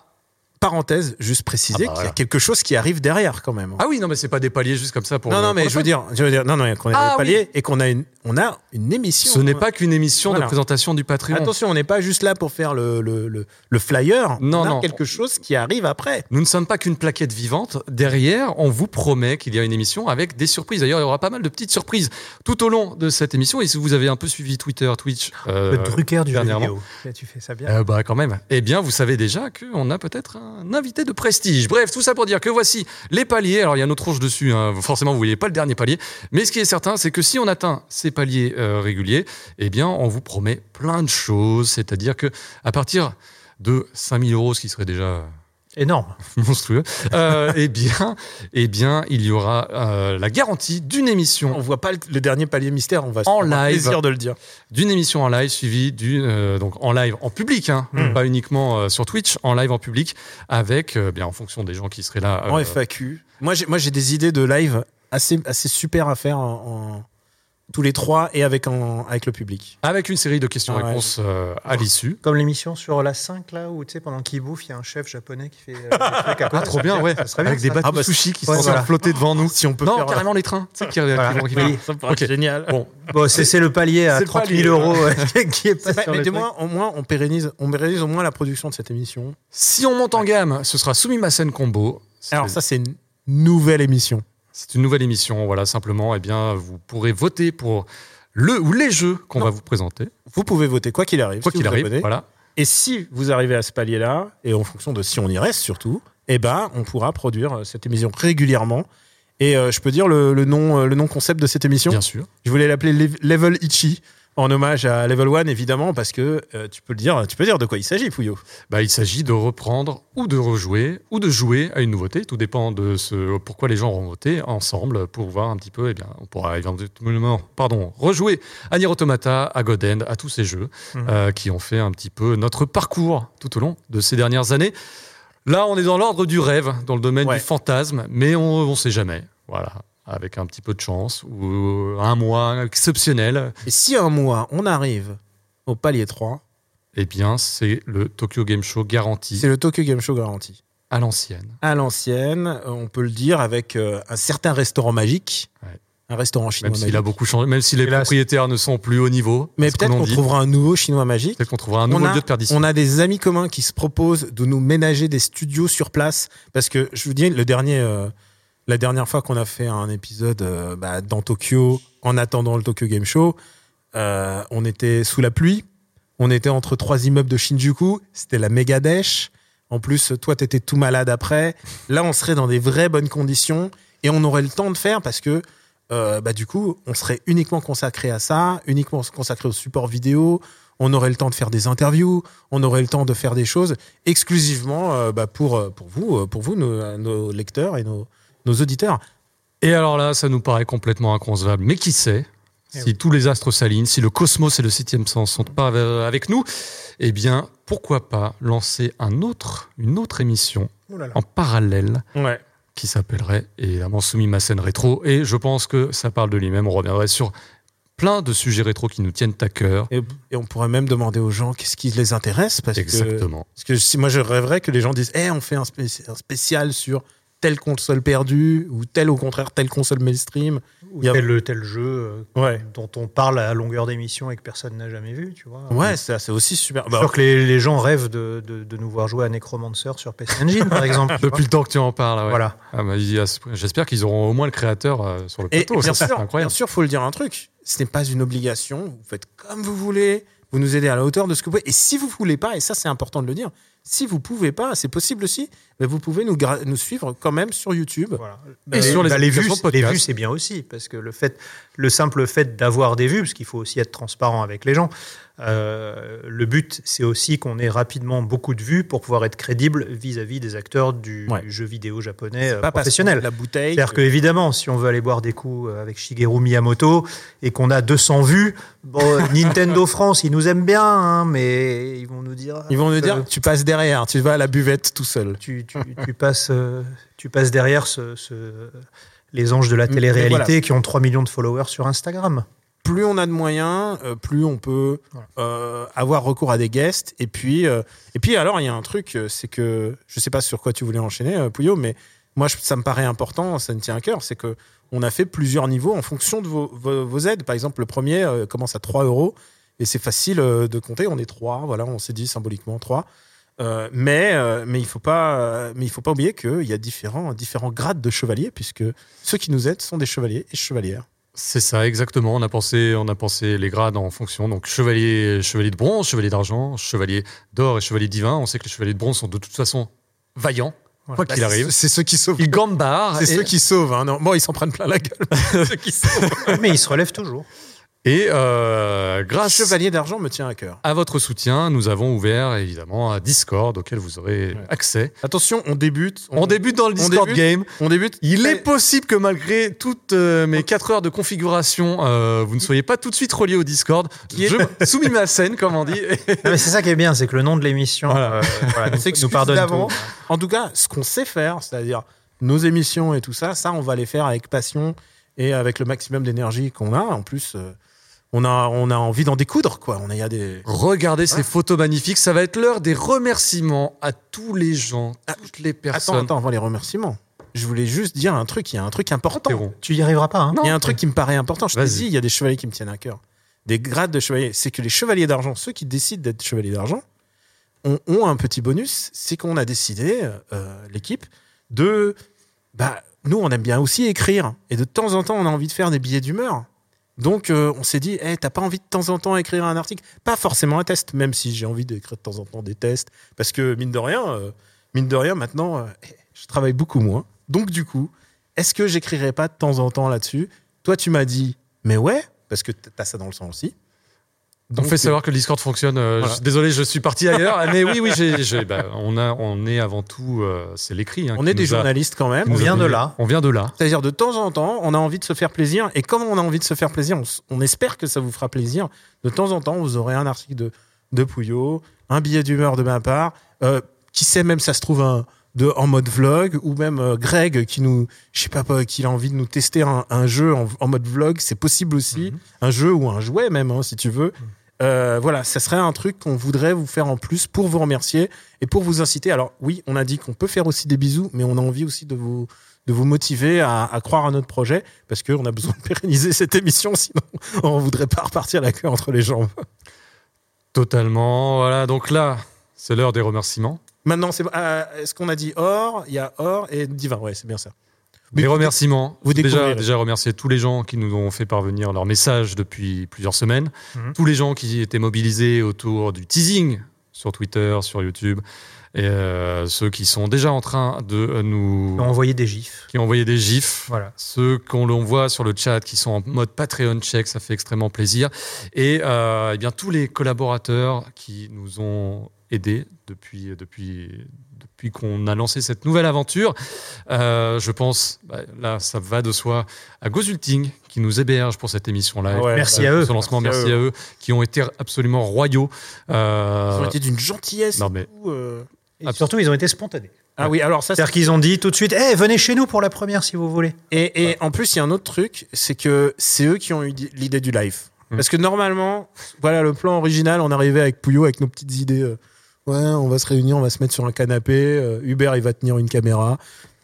S3: Parenthèse, juste
S1: Ah bah
S3: préciser qu'il y a
S1: voilà.
S3: quelque chose qui arrive derrière quand même.
S1: Ah oui, non, mais c'est pas des paliers juste comme ça pour.
S3: non, non, mais je veux dire, je veux dire, non, non, qu'on est
S1: Ah
S3: des paliers et qu'on a une, on a une émission. euh,
S1: Ce n'est pas qu'une émission de
S3: Voilà.
S1: présentation du Patreon.
S3: Attention, on n'est pas juste là pour faire le, le, le, le flyer.
S1: Non,
S3: on a
S1: non.
S3: quelque chose qui arrive après.
S1: Nous ne sommes pas qu'une plaquette vivante. Derrière, on vous promet qu'il y a une émission avec des surprises. D'ailleurs, il y aura pas mal de petites surprises tout au long de cette émission. Et si vous avez un peu suivi Twitter, Twitch, euh,
S2: Le Drucker du jeu
S1: dernièrement.
S2: vidéo. Là, tu fais ça bien.
S1: euh, bah quand même. Eh bien, vous savez déjà qu'on a peut-être un invité de prestige. Bref, tout ça pour dire que voici les paliers. Alors, il y a nos tronches dessus. hein. Forcément, vous voyez pas le dernier palier. Mais ce qui est certain, c'est que si on atteint ces paliers euh, réguliers, eh bien, on vous promet plein de choses. C'est-à-dire que à partir de 5000 euros, ce qui serait déjà
S2: Énorme.
S1: monstrueux, euh, eh, bien, eh bien, il y aura euh, la garantie d'une émission,
S3: On voit pas le, le dernier palier mystère. On va se
S1: En
S3: faire
S1: live.
S3: plaisir de le dire.
S1: d'une émission en live suivie d'une, euh, donc en live en public, hein,
S3: Hmm.
S1: pas uniquement euh, sur Twitch, en live en public, avec, euh, bien, en fonction des gens qui seraient là. euh,
S3: En FAQ. Moi, j'ai, moi, j'ai des idées de live assez, assez super à faire en, en- tous les trois et avec, en, avec le public.
S1: Avec une série de questions-réponses euh, à l'issue.
S2: Comme l'émission sur la 5, là, où, tu sais, pendant qu'il bouffe, il y a un chef japonais qui fait
S1: *laughs*
S2: euh, des trucs à
S1: Ah,
S2: côté.
S1: trop bien, ouais.
S2: Ça serait bien,
S1: Avec des
S2: ça.
S1: bateaux
S3: Ah, bah,
S1: sushi qui
S2: ouais,
S1: sont en train
S2: voilà.
S1: de flotter devant nous.
S3: Si on peut
S1: Non,
S3: faire- euh,
S1: carrément les trains. Tu sais, qui- qui vont- qui vont-
S2: Oui.
S3: Ça me paraît
S1: Ok.
S3: génial.
S1: Bon,
S2: Bon, c'est c'est le palier à
S1: C'est le
S2: 30
S1: palier,
S2: 000 euros ouais, *laughs* qui est
S3: C'est
S2: pas
S3: pas-
S2: sur
S3: mais
S2: le
S3: du
S2: truc.
S3: moins, au moins, on pérennise, on pérennise au moins la production de cette émission.
S1: si on monte en gamme, ce sera Soumis scène Combo. C'est-
S3: Alors ça, c'est une nouvelle émission.
S1: C'est une nouvelle émission, voilà, simplement, eh bien, vous pourrez voter pour le ou les jeux qu'on
S3: Non.
S1: va vous présenter,
S3: Vous pouvez voter quoi qu'il arrive.
S1: quoi
S3: si
S1: qu'il
S3: vous
S1: arrive,
S3: abonnez.
S1: voilà.
S3: Et si vous arrivez à ce palier-là, et en fonction de si on y reste surtout, eh ben, on pourra produire euh, cette émission régulièrement. Et euh, je peux dire le, le nom, euh, le nom concept de cette émission.
S1: Bien sûr.
S3: Je voulais l'appeler Lev- Level Itchy. En hommage à Level 1, évidemment, parce que euh, tu peux le dire, tu peux dire de quoi il s'agit, Pouillot.
S1: Bah, il s'agit de reprendre ou de rejouer ou de jouer à une nouveauté. Tout dépend de ce pourquoi les gens ont voté ensemble pour voir un petit peu. Eh bien, on pourra éventuellement, pardon, rejouer à Nier Automata, à God End, à tous ces jeux
S2: Mhm.
S1: euh, qui ont fait un petit peu notre parcours tout au long de ces dernières années. Là, on est dans l'ordre du rêve, dans le domaine
S3: Ouais.
S1: du fantasme, mais on ne sait jamais. Voilà. Avec un petit peu de chance ou euh, un mois exceptionnel,
S3: Et si un mois, on arrive au palier 3,
S1: eh bien, c'est le Tokyo Game Show garanti
S3: c'est le Tokyo Game Show garanti.
S1: à l'ancienne.
S3: à l'ancienne, euh, on peut le dire, avec euh, un certain restaurant magique,
S1: Ouais.
S3: un restaurant chinois
S1: Même s'il
S3: magique.
S1: a beaucoup changé, même si les
S2: Hélas.
S1: propriétaires ne sont plus au niveau.
S3: Mais
S1: c'est ce
S3: peut-être
S1: l'on
S3: qu'on
S1: dit.
S3: trouvera un nouveau chinois magique.
S1: Peut-être qu'on trouvera un nouveau
S3: a,
S1: lieu de perdition.
S3: on a des amis communs qui se proposent de nous ménager des studios sur place. Parce que je vous dis, le dernier, euh, la dernière fois qu'on a fait un épisode euh, bah, dans Tokyo, en attendant le Tokyo Game Show, euh, on était sous la pluie. On était entre trois immeubles de Shinjuku. C'était la méga dèche. En plus, toi, t'étais tout malade après. Là, on serait dans des vraies bonnes conditions et on aurait le temps de faire parce que, euh, bah, du coup, on serait uniquement consacré à ça, uniquement consacré au support vidéo. On aurait le temps de faire des interviews, on aurait le temps de faire des choses exclusivement euh, bah, pour, euh, pour vous, euh, pour vous, nos, nos lecteurs et nos, nos auditeurs.
S1: Et alors là, ça nous paraît complètement inconcevable. Mais qui sait
S2: Eh
S1: si
S2: oui.
S1: tous les astres s'alignent, si le cosmos et le septième sens sont pas euh, avec nous, eh bien, pourquoi pas lancer un autre, une autre émission
S3: Oh
S2: Ouh là là.
S1: en parallèle
S3: Ouais.
S1: qui s'appellerait évidemment Soumis ma scène rétro. Et je pense que ça parle de lui-même. On reviendrait sur plein de sujets rétro qui nous tiennent à cœur.
S3: Et, et on pourrait même demander aux gens qu'est-ce qui les intéresse parce que
S1: Exactement.
S3: Parce que si moi je rêverais que les gens disent, Eh, on fait un, spéci- un spécial sur telle console perdue ou telle au contraire telle console mainstream.
S2: Ou
S3: Il y a-
S2: tel, tel jeu
S3: Ouais.
S2: euh, dont on parle à longueur d'émission et que personne n'a jamais vu, tu vois.
S3: Ouais, ça c'est aussi super.
S2: Je suis
S3: Bah,
S2: sûr que les, les gens rêvent de, de- de nous voir jouer à Necromancer sur PS Engine, par
S3: *laughs*
S2: exemple. tu vois.
S1: Depuis le temps que tu en parles, ouais.
S2: Voilà.
S1: Ah bah, il y a ce- J'espère qu'ils auront au moins le créateur euh, sur le
S3: et
S1: plateau.
S3: bien
S1: ça, c'est
S3: sûr, bien
S1: incroyable.
S3: sûr, faut le dire un truc. Ce n'est pas une obligation. Vous faites comme vous voulez. Vous nous aidez à la hauteur de ce que vous pouvez. Et si vous voulez pas, et ça c'est important de le dire, Si vous pouvez pas, c'est possible aussi, mais vous pouvez nous, gra- nous suivre quand même sur YouTube.
S2: Voilà.
S3: Et sur les
S2: Bah, les vues,
S3: applications podcast.
S2: les vues, c'est bien aussi parce que le fait, le simple fait d'avoir des vues, parce qu'il faut aussi être transparent avec les gens. euh, le but, c'est aussi qu'on ait rapidement beaucoup de vues pour pouvoir être crédible vis-à-vis des acteurs du,
S3: Ouais.
S2: du jeu vidéo japonais euh,
S3: Pas parce qu'on a
S2: professionnel.
S3: de La bouteille.
S2: C'est-à-dire que évidemment, si on veut aller boire des coups euh, avec Shigeru Miyamoto et qu'on a 200 vues, bon, euh, Nintendo France, ils nous aiment bien, hein, mais ils vont nous dire.
S3: Ils vont nous dire,
S2: euh,
S3: tu passes derrière, tu vas à la buvette tout seul.
S2: tu, tu- tu passes, euh, tu passes derrière ce- ce- les anges de la
S3: Mais
S2: télé-réalité
S3: voilà.
S2: qui ont 3 millions de followers sur Instagram.
S3: Plus on a de moyens, euh, plus on peut
S2: Voilà.
S3: euh, avoir recours à des guests. Et puis, euh, et puis alors, il y a un truc, euh, c'est que je sais pas sur quoi tu voulais enchaîner, euh, Pouillot, mais moi, je- ça me paraît important, ça me tient à cœur, c'est que on a fait plusieurs niveaux en fonction de vos, vos- vos aides. Par exemple, le premier euh, commence à 3 euros et c'est facile euh, de compter. On est 3, voilà, on s'est dit symboliquement 3. Euh, mais, euh, mais il faut pas, euh, mais il faut pas oublier qu'il y a différents, différents grades de chevaliers, puisque ceux qui nous aident sont des chevaliers et chevalières.
S1: C'est ça, exactement. On a pensé, on a pensé les grades en fonction. Donc chevalier, chevalier de bronze, chevalier d'argent, chevalier d'or et chevalier divin. On sait que les chevaliers de bronze sont de toute façon vaillants, quoi qu'il
S3: Bah,
S1: arrive.
S3: c'est- C'est ceux qui sauvent.
S1: Ils gambardent.
S3: C'est
S1: et-
S3: ceux qui sauvent. Hein. Non, bon, ils s'en prennent plein la gueule. ceux qui sauvent.
S2: Mais ils se relèvent toujours.
S1: *laughs* Et euh, grâce
S3: Chevalier d'argent me tient à cœur.
S1: à votre soutien, nous avons ouvert évidemment un Discord auquel vous aurez
S3: Ouais.
S1: accès.
S3: Attention, on débute.
S1: On débute dans le
S3: on
S1: Discord
S3: débute.
S1: game.
S3: On débute.
S1: Il est
S3: Allez.
S1: possible que malgré toutes euh, mes 4 heures de configuration, euh, vous ne soyez pas tout de suite relié au Discord.
S3: Qui est- *laughs*
S1: Je soumis ma scène, comme on dit.
S2: Non, mais c'est ça qui est bien, c'est que le nom de l'émission
S1: Voilà.
S2: euh, voilà, nous,
S3: C'est que
S2: nous pardonne
S3: d'avant.
S2: tout.
S3: En tout cas, ce qu'on sait faire, c'est-à-dire nos émissions et tout ça, ça, on va les faire avec passion et avec le maximum d'énergie qu'on a. En plus, euh, on a, on a envie d'en découdre, quoi. On a, il y a des.
S1: Regardez ces photos magnifiques. Ça va être l'heure des remerciements à tous les gens, toutes les
S3: Ah, Attends,
S1: personnes.
S3: attends, avant les remerciements. Je voulais juste dire un truc. Il y a un truc important.
S1: Interrompt.
S2: Tu n'y arriveras pas. Hein
S3: Il y a un truc qui me paraît important. Je te
S1: Vas-y.
S3: dis, il y a des chevaliers qui me tiennent à cœur. Des grades de chevaliers. C'est que les chevaliers d'argent, ceux qui décident d'être chevaliers d'argent, ont, ont un petit bonus. C'est qu'on a décidé, euh, l'équipe, de. Bah, nous, on aime bien aussi écrire. Et de temps en temps, on a envie de faire des billets d'humeur. Donc, euh, on s'est dit, Eh, t'as pas envie de temps en temps écrire un article Pas forcément un test, même si j'ai envie d'écrire de temps en temps des tests. Parce que, mine de rien, euh, mine de rien maintenant, euh, je travaille beaucoup moins. Donc, du coup, est-ce que j'écrirai pas de temps en temps là-dessus Toi, tu m'as dit, mais ouais, parce que t'as ça dans le sang aussi.
S1: On
S3: Donc,
S1: fait savoir que le Discord fonctionne. euh,
S3: Voilà.
S1: je- désolé, je suis parti ailleurs. mais oui, oui, j'ai- j'ai- bah, on, a, on est avant tout. euh, c'est l'écrit. hein,
S3: On
S1: qui
S3: est des
S1: nous a-
S3: journalistes quand
S1: qui
S3: même.
S2: On
S1: nous a
S2: vient de
S1: donné-
S2: là.
S1: On vient de là.
S3: C'est-à-dire, de temps en temps, on a envie de se faire plaisir. Et comme on a envie de se faire plaisir, on, s- on espère que ça vous fera plaisir. De temps en temps, vous aurez un article de, de Pouillot, un billet d'humeur de ma part. euh, qui sait, même ça se trouve un, de, en mode vlog, ou même euh, Greg qui nous, je sais pas, pas, qui a envie de nous tester un, un jeu en, en mode vlog. C'est possible aussi. Un jeu ou un jouet, même, hein, si tu veux. Euh, voilà, ça serait un truc qu'on voudrait vous faire en plus pour vous remercier et pour vous inciter. Alors, oui, on a dit qu'on peut faire aussi des bisous, mais on a envie aussi de vous de vous motiver à, à croire à notre projet parce qu'on a besoin de pérenniser cette émission, sinon *laughs* on voudrait pas repartir la queue entre les jambes.
S1: Totalement. Voilà. Donc là, c'est l'heure des remerciements.
S3: Maintenant, c'est euh, ce qu'on a dit or, il y a or et divin, ouais, c'est bien ça. Mais
S1: Les
S3: vous-
S1: remerciements.
S3: vous
S1: déjà,
S3: découvrirez.
S1: déjà remercier tous les gens qui nous ont fait parvenir leurs messages depuis plusieurs semaines,
S2: Mhm.
S1: tous les gens qui étaient mobilisés autour du teasing sur Twitter, sur YouTube, et euh, ceux qui sont déjà en train de euh, nous
S2: On envoyé des gifs.
S1: qui ont envoyé des gifs.
S2: Voilà.
S1: Ceux qu'on l'on voit sur le chat qui sont en mode Patreon check, ça fait extrêmement plaisir. Et, euh, eh bien tous les collaborateurs qui nous ont aidés depuis, depuis, depuis qu'on a lancé cette nouvelle aventure. Euh, je pense, bah, là, ça va de soi, à Gozulting qui nous héberge pour cette émission-là.
S3: Ouais.
S2: Merci
S1: Euh,
S2: à
S1: pour
S2: eux.
S1: Ce lancement, merci,
S3: Merci à
S1: à, eux. qui ont été absolument royaux.
S3: Ils
S1: Euh,
S3: ont été d'une gentillesse.
S1: non, mais-
S3: et tout, euh.
S2: Et surtout, ils ont été spontanés.
S3: Ah oui, alors ça, c'est
S2: C'est-à-dire qu'ils ont dit tout de suite Eh, venez chez nous pour la première si vous voulez.
S3: Et, et en plus, il y a un autre truc, c'est que c'est eux qui ont eu l'idée du live.
S1: Mm.
S3: Parce que normalement, voilà, le plan original, on arrivait avec Pouillot, avec nos petites idées. euh, ouais, on va se réunir, on va se mettre sur un canapé. euh, Hubert, il va tenir une caméra.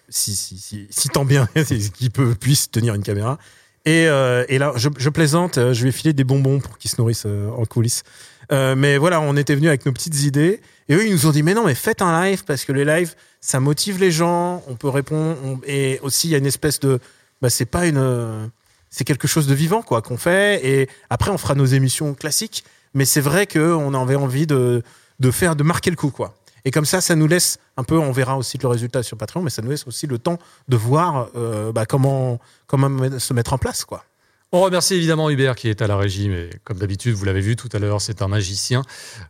S3: Si, si, si, si tant bien *laughs* qu'il peut, puisse tenir une caméra. Et, euh, et là, je, je plaisante, euh, je vais filer des bonbons pour qu'ils se nourrissent euh, en coulisses. Euh, mais voilà, on était venus avec nos petites idées. Et eux, ils nous ont dit, mais non, mais faites un live, parce que les lives, ça motive les gens, on peut répondre. on- et aussi, il y a une espèce de... Bah, c'est pas une... euh, C'est quelque chose de vivant, quoi, qu'on fait. Et après, on fera nos émissions classiques. Mais c'est vrai qu'on avait envie de, de faire, de marquer le coup, quoi. Et comme ça, ça nous laisse un peu, on verra aussi le résultat sur Patreon, mais ça nous laisse aussi le temps de voir euh, bah, comment, comment se mettre en place. quoi.
S1: On remercie évidemment Hubert qui est à la régie, mais comme d'habitude, vous l'avez vu tout à l'heure, c'est un magicien.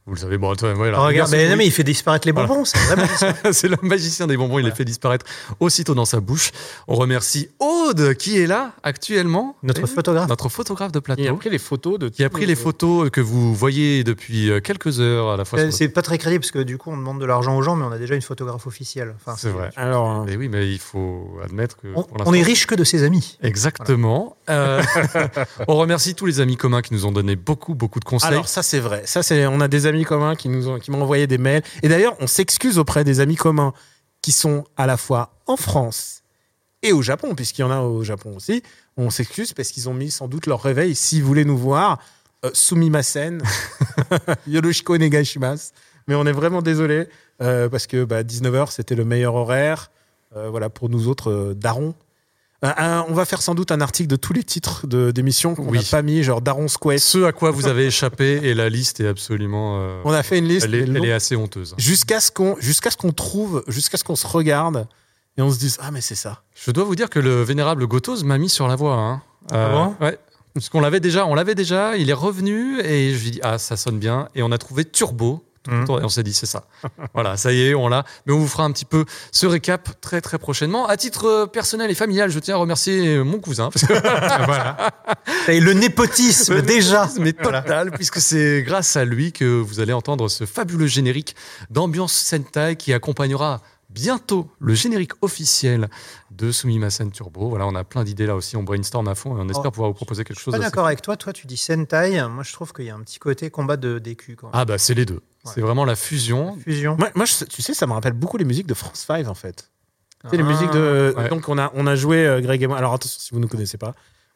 S1: Vous le savez, bon, toi, voilà.
S2: Ah, regarde,
S1: Hubert,
S2: mais,
S1: c'est-
S2: non, mais il fait disparaître les
S1: Voilà.
S2: bonbons, c'est vraiment
S1: *laughs* c'est le magicien des bonbons, il les fait disparaître aussitôt dans sa bouche. On remercie Aude qui est là actuellement.
S2: notre
S1: Et-
S2: photographe.
S1: notre photographe de
S3: Il a
S1: plateau.
S3: pris les photos de. euh,
S1: Qui a pris les photos que vous voyez depuis euh, quelques heures à la fois.
S2: Euh,
S1: sur
S2: C'est pas très crédible parce que du coup, on demande de l'argent aux gens, mais on a déjà une photographe officielle. Enfin,
S1: votre- C'est vrai.
S3: Alors, hein.
S1: Mais oui, mais il faut admettre que.
S2: On,
S1: pour
S2: on
S1: l'instant-
S2: est riche que de ses amis.
S1: Exactement.
S2: *laughs*
S1: Euh, *laughs* on remercie tous les amis communs qui nous ont donné beaucoup, beaucoup de conseils.
S3: Alors ça c'est vrai. Ça c'est on a des amis communs qui nous ont qui m'ont envoyé des mails et d'ailleurs on s'excuse auprès des amis communs qui sont à la fois en France et au Japon puisqu'il y en a au Japon aussi. On s'excuse parce qu'ils ont mis sans doute leur réveil s'ils voulaient nous voir euh,
S1: *laughs*
S3: Sumimasen Yoroshiko Negashimas. Mais on est vraiment désolé euh, parce que bah, 19h c'était le meilleur horaire euh, voilà pour nous autres euh, darons. Euh, un- on va faire sans doute un article de tous les titres de- d'émissions qu'on n'a
S1: Oui.
S3: pas mis, genre Daron's Quest.
S1: ce à quoi vous avez échappé et la liste est absolument. euh,
S3: On a fait une liste
S1: elle, est,
S3: mais
S1: elle
S3: longue.
S1: est assez honteuse.
S3: jusqu'à ce qu'on jusqu'à ce qu'on trouve, jusqu'à ce qu'on se regarde et on se dise ah mais c'est ça.
S1: Je dois vous dire que le vénérable Gotos m'a mis sur la voie. Hein.
S3: Ah
S2: bon
S1: ouais. Parce qu'on l'avait déjà, on l'avait déjà, il est revenu et je lui dis ah ça sonne bien et on a trouvé Turbo
S2: Mhm.
S3: Mmh.
S1: et on s'est dit c'est ça. *laughs* voilà, ça y est, on l'a. Mais on vous fera un petit peu ce récap très très prochainement. À titre euh, personnel et familial, je tiens à remercier euh, mon cousin parce que
S2: Et le népotisme, déjà.
S1: mais total puisque c'est grâce à lui que vous allez entendre ce fabuleux générique d'ambiance Sentai qui accompagnera bientôt le générique officiel de Sumimasen Turbo. Voilà, on a plein d'idées là aussi, on brainstorm à fond et on espère
S2: Oh,
S1: pouvoir vous proposer quelque chose.
S2: Pas
S1: d'assez-
S2: d'accord avec toi. Toi, tu dis Sentai. Moi, je trouve qu'il y a un petit côté combat de des culs, quand même.
S1: Ah bah c'est les deux. C'est vraiment la
S3: Ah.
S1: fusion.
S2: Fusion.
S3: Moi, moi, je- tu sais ça me rappelle beaucoup les musiques de France 5 en fait. Tu sais, les
S2: Ah.
S3: musiques de
S1: Ouais.
S3: donc on a on a joué euh, Greg et moi. Alors attention si vous ne connaissez pas.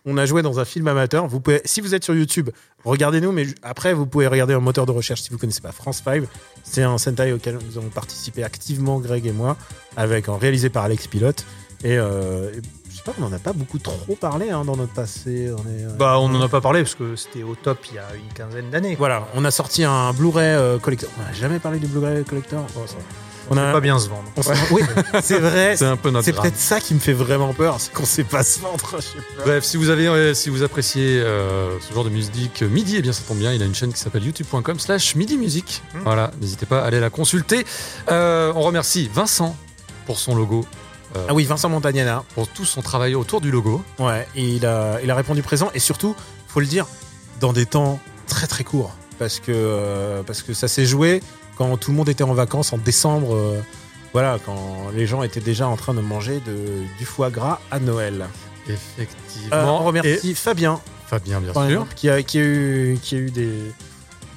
S3: On a joué dans un film amateur. Vous pouvez, si vous êtes sur YouTube, regardez-nous. Mais ju- après, vous pouvez regarder un moteur de recherche si vous connaissez pas France 5. C'est un Sentai auquel nous avons participé activement, Greg et moi, avec en réalisé par Alex Pilote. Et, euh, et je sais pas, on en a pas beaucoup trop parlé hein, dans notre passé. On est, euh,
S2: Bah, on en a pas parlé parce que c'était au top il y a une quinzaine d'années. quoi.
S3: Voilà, on a sorti un Blu-ray euh, collector. On n'a jamais parlé du Blu-ray collector. Oh, ça va. on
S2: C'est
S3: a.
S2: Pas bien se vendre.
S3: on s'en- *laughs* oui, c'est vrai.
S1: C'est un peu notre
S3: C'est
S1: drame.
S3: peut-être ça qui me fait vraiment peur, c'est qu'on sait pas se vendre. je sais pas.
S1: Bref, si vous avez, euh, si vous appréciez euh, ce genre de musique euh, midi, eh bien ça tombe bien. Il a une chaîne qui s'appelle youtube.com/slash midi musique.
S2: Mm.
S1: Voilà, n'hésitez pas à aller la consulter. Euh, on remercie Vincent pour son logo,
S3: Ah oui, Vincent Montagnana.
S1: pour tout son travail autour du logo.
S3: Ouais, et il a, il a répondu présent et surtout, faut le dire, dans des temps très très courts, parce que euh, parce que ça s'est joué quand tout le monde était en vacances en décembre. euh, voilà, quand les gens étaient déjà en train de manger de, du foie gras à Noël. Euh,
S1: Effectivement.
S3: on remercie Fabien
S1: Et Fabien, bien
S3: par
S1: sûr.
S3: exemple, qui a, qui a eu, qui a eu des,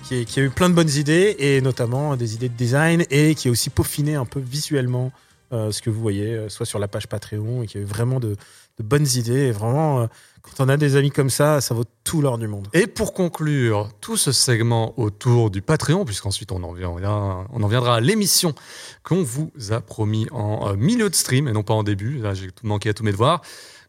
S3: qui a, qui a eu plein de bonnes idées et notamment des idées de design et qui a aussi peaufiné un peu visuellement euh, ce que vous voyez, euh, soit sur la page Patreon et qui a eu vraiment de, de bonnes idées. Et vraiment, euh, quand on a des amis comme ça, ça vaut tout l'or du monde.
S1: Et pour conclure tout ce segment autour du Patreon, puisqu'ensuite on en viendra, on en viendra à l'émission qu'on vous a promis en euh, milieu de stream et non pas en début. Là, j'ai tout manqué à tous mes devoirs.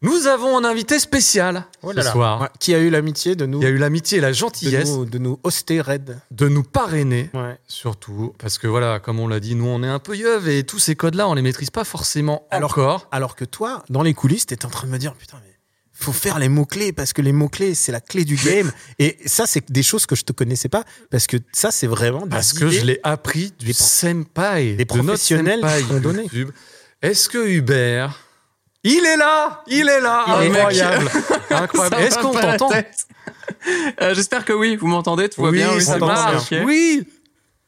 S1: Nous avons un invité spécial
S2: Oh là
S1: ce
S2: là.
S1: soir.
S3: Ouais, qui a eu l'amitié de nous,
S1: Ah. Il y a eu l'amitié et la
S3: de,
S1: gentillesse
S3: nous, de nous hoster Red.
S1: de nous parrainer,
S3: Ouais.
S1: surtout parce que voilà, comme on l'a dit, nous on est un peu yeuves et tous ces codes-là, on les maîtrise pas forcément
S3: Alors-
S1: encore.
S3: Alors que toi, dans les coulisses, t'étais en train de me dire putain, mais faut faire les mots-clés parce que les mots-clés, c'est la clé du game.
S1: *laughs*
S3: Et ça, c'est des choses que je te connaissais pas parce que ça, c'est vraiment des
S1: Parce que
S3: idées.
S1: je l'ai appris du
S3: des pro-
S1: senpai,
S3: des
S1: de notre
S3: professionnels qui
S1: senpai
S3: l'ont donné.
S1: YouTube. Est-ce que Hubert, il est là, il est là,
S7: Il est là. *laughs*
S1: incroyable, incroyable.
S7: Ça
S1: Est-ce
S7: va
S1: qu'on
S7: pas la
S1: t'entend
S7: tête Euh, J'espère que oui, vous m'entendez, tout va
S1: Oui,
S7: bien.
S1: ça
S7: c'est bon,
S1: marche.
S7: ok.
S1: Oui,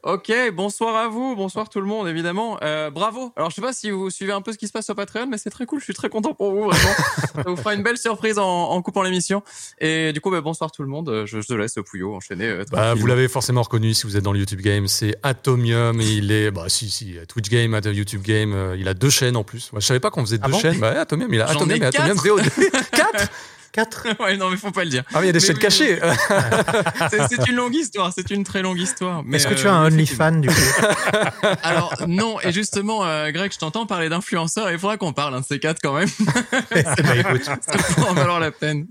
S7: Ok, bonsoir à vous, bonsoir tout le monde, évidemment. Euh, bravo. Alors, je sais pas si vous suivez un peu ce qui se passe sur Patreon, mais c'est très cool. Je suis très content pour vous,
S1: *laughs*
S7: vraiment. Ça vous fera une belle surprise en, en coupant l'émission. Et du coup, bah, bonsoir tout le monde. Euh, Je, je te laisse Pouillot enchaîner.
S1: Bah,
S7: euh,
S1: vous
S7: tranquillement.
S1: l'avez forcément reconnu si vous êtes dans le YouTube Game, c'est Atomium. Et il est, bah, si, si, Twitch Game, At- YouTube Game. euh, il a deux chaînes en plus. Moi, je savais pas qu'on faisait deux
S2: bon
S1: chaînes. Bah, Atomium, il a
S7: J'en
S1: Atomium
S7: ai *laughs*
S1: et Atomium
S7: quatre.
S1: VOD. quatre
S2: 4
S7: *laughs* ouais, non, mais faut pas le dire.
S1: Ah, mais il y a des
S7: Mais
S1: chèques
S7: oui,
S1: cachés.
S7: C'est c'est une longue histoire, c'est une très longue histoire. mais,
S2: Est-ce que tu
S7: euh,
S2: as un
S7: effectivement.
S2: OnlyFans du coup
S7: Alors non, et justement, euh, Greg, je t'entends parler d'influenceurs et il faudra qu'on parle un de ces quatre
S1: *laughs*
S7: quand même.
S1: Eh ben,
S2: Bah, écoute,
S7: *laughs* Ça pourrait en valoir la peine.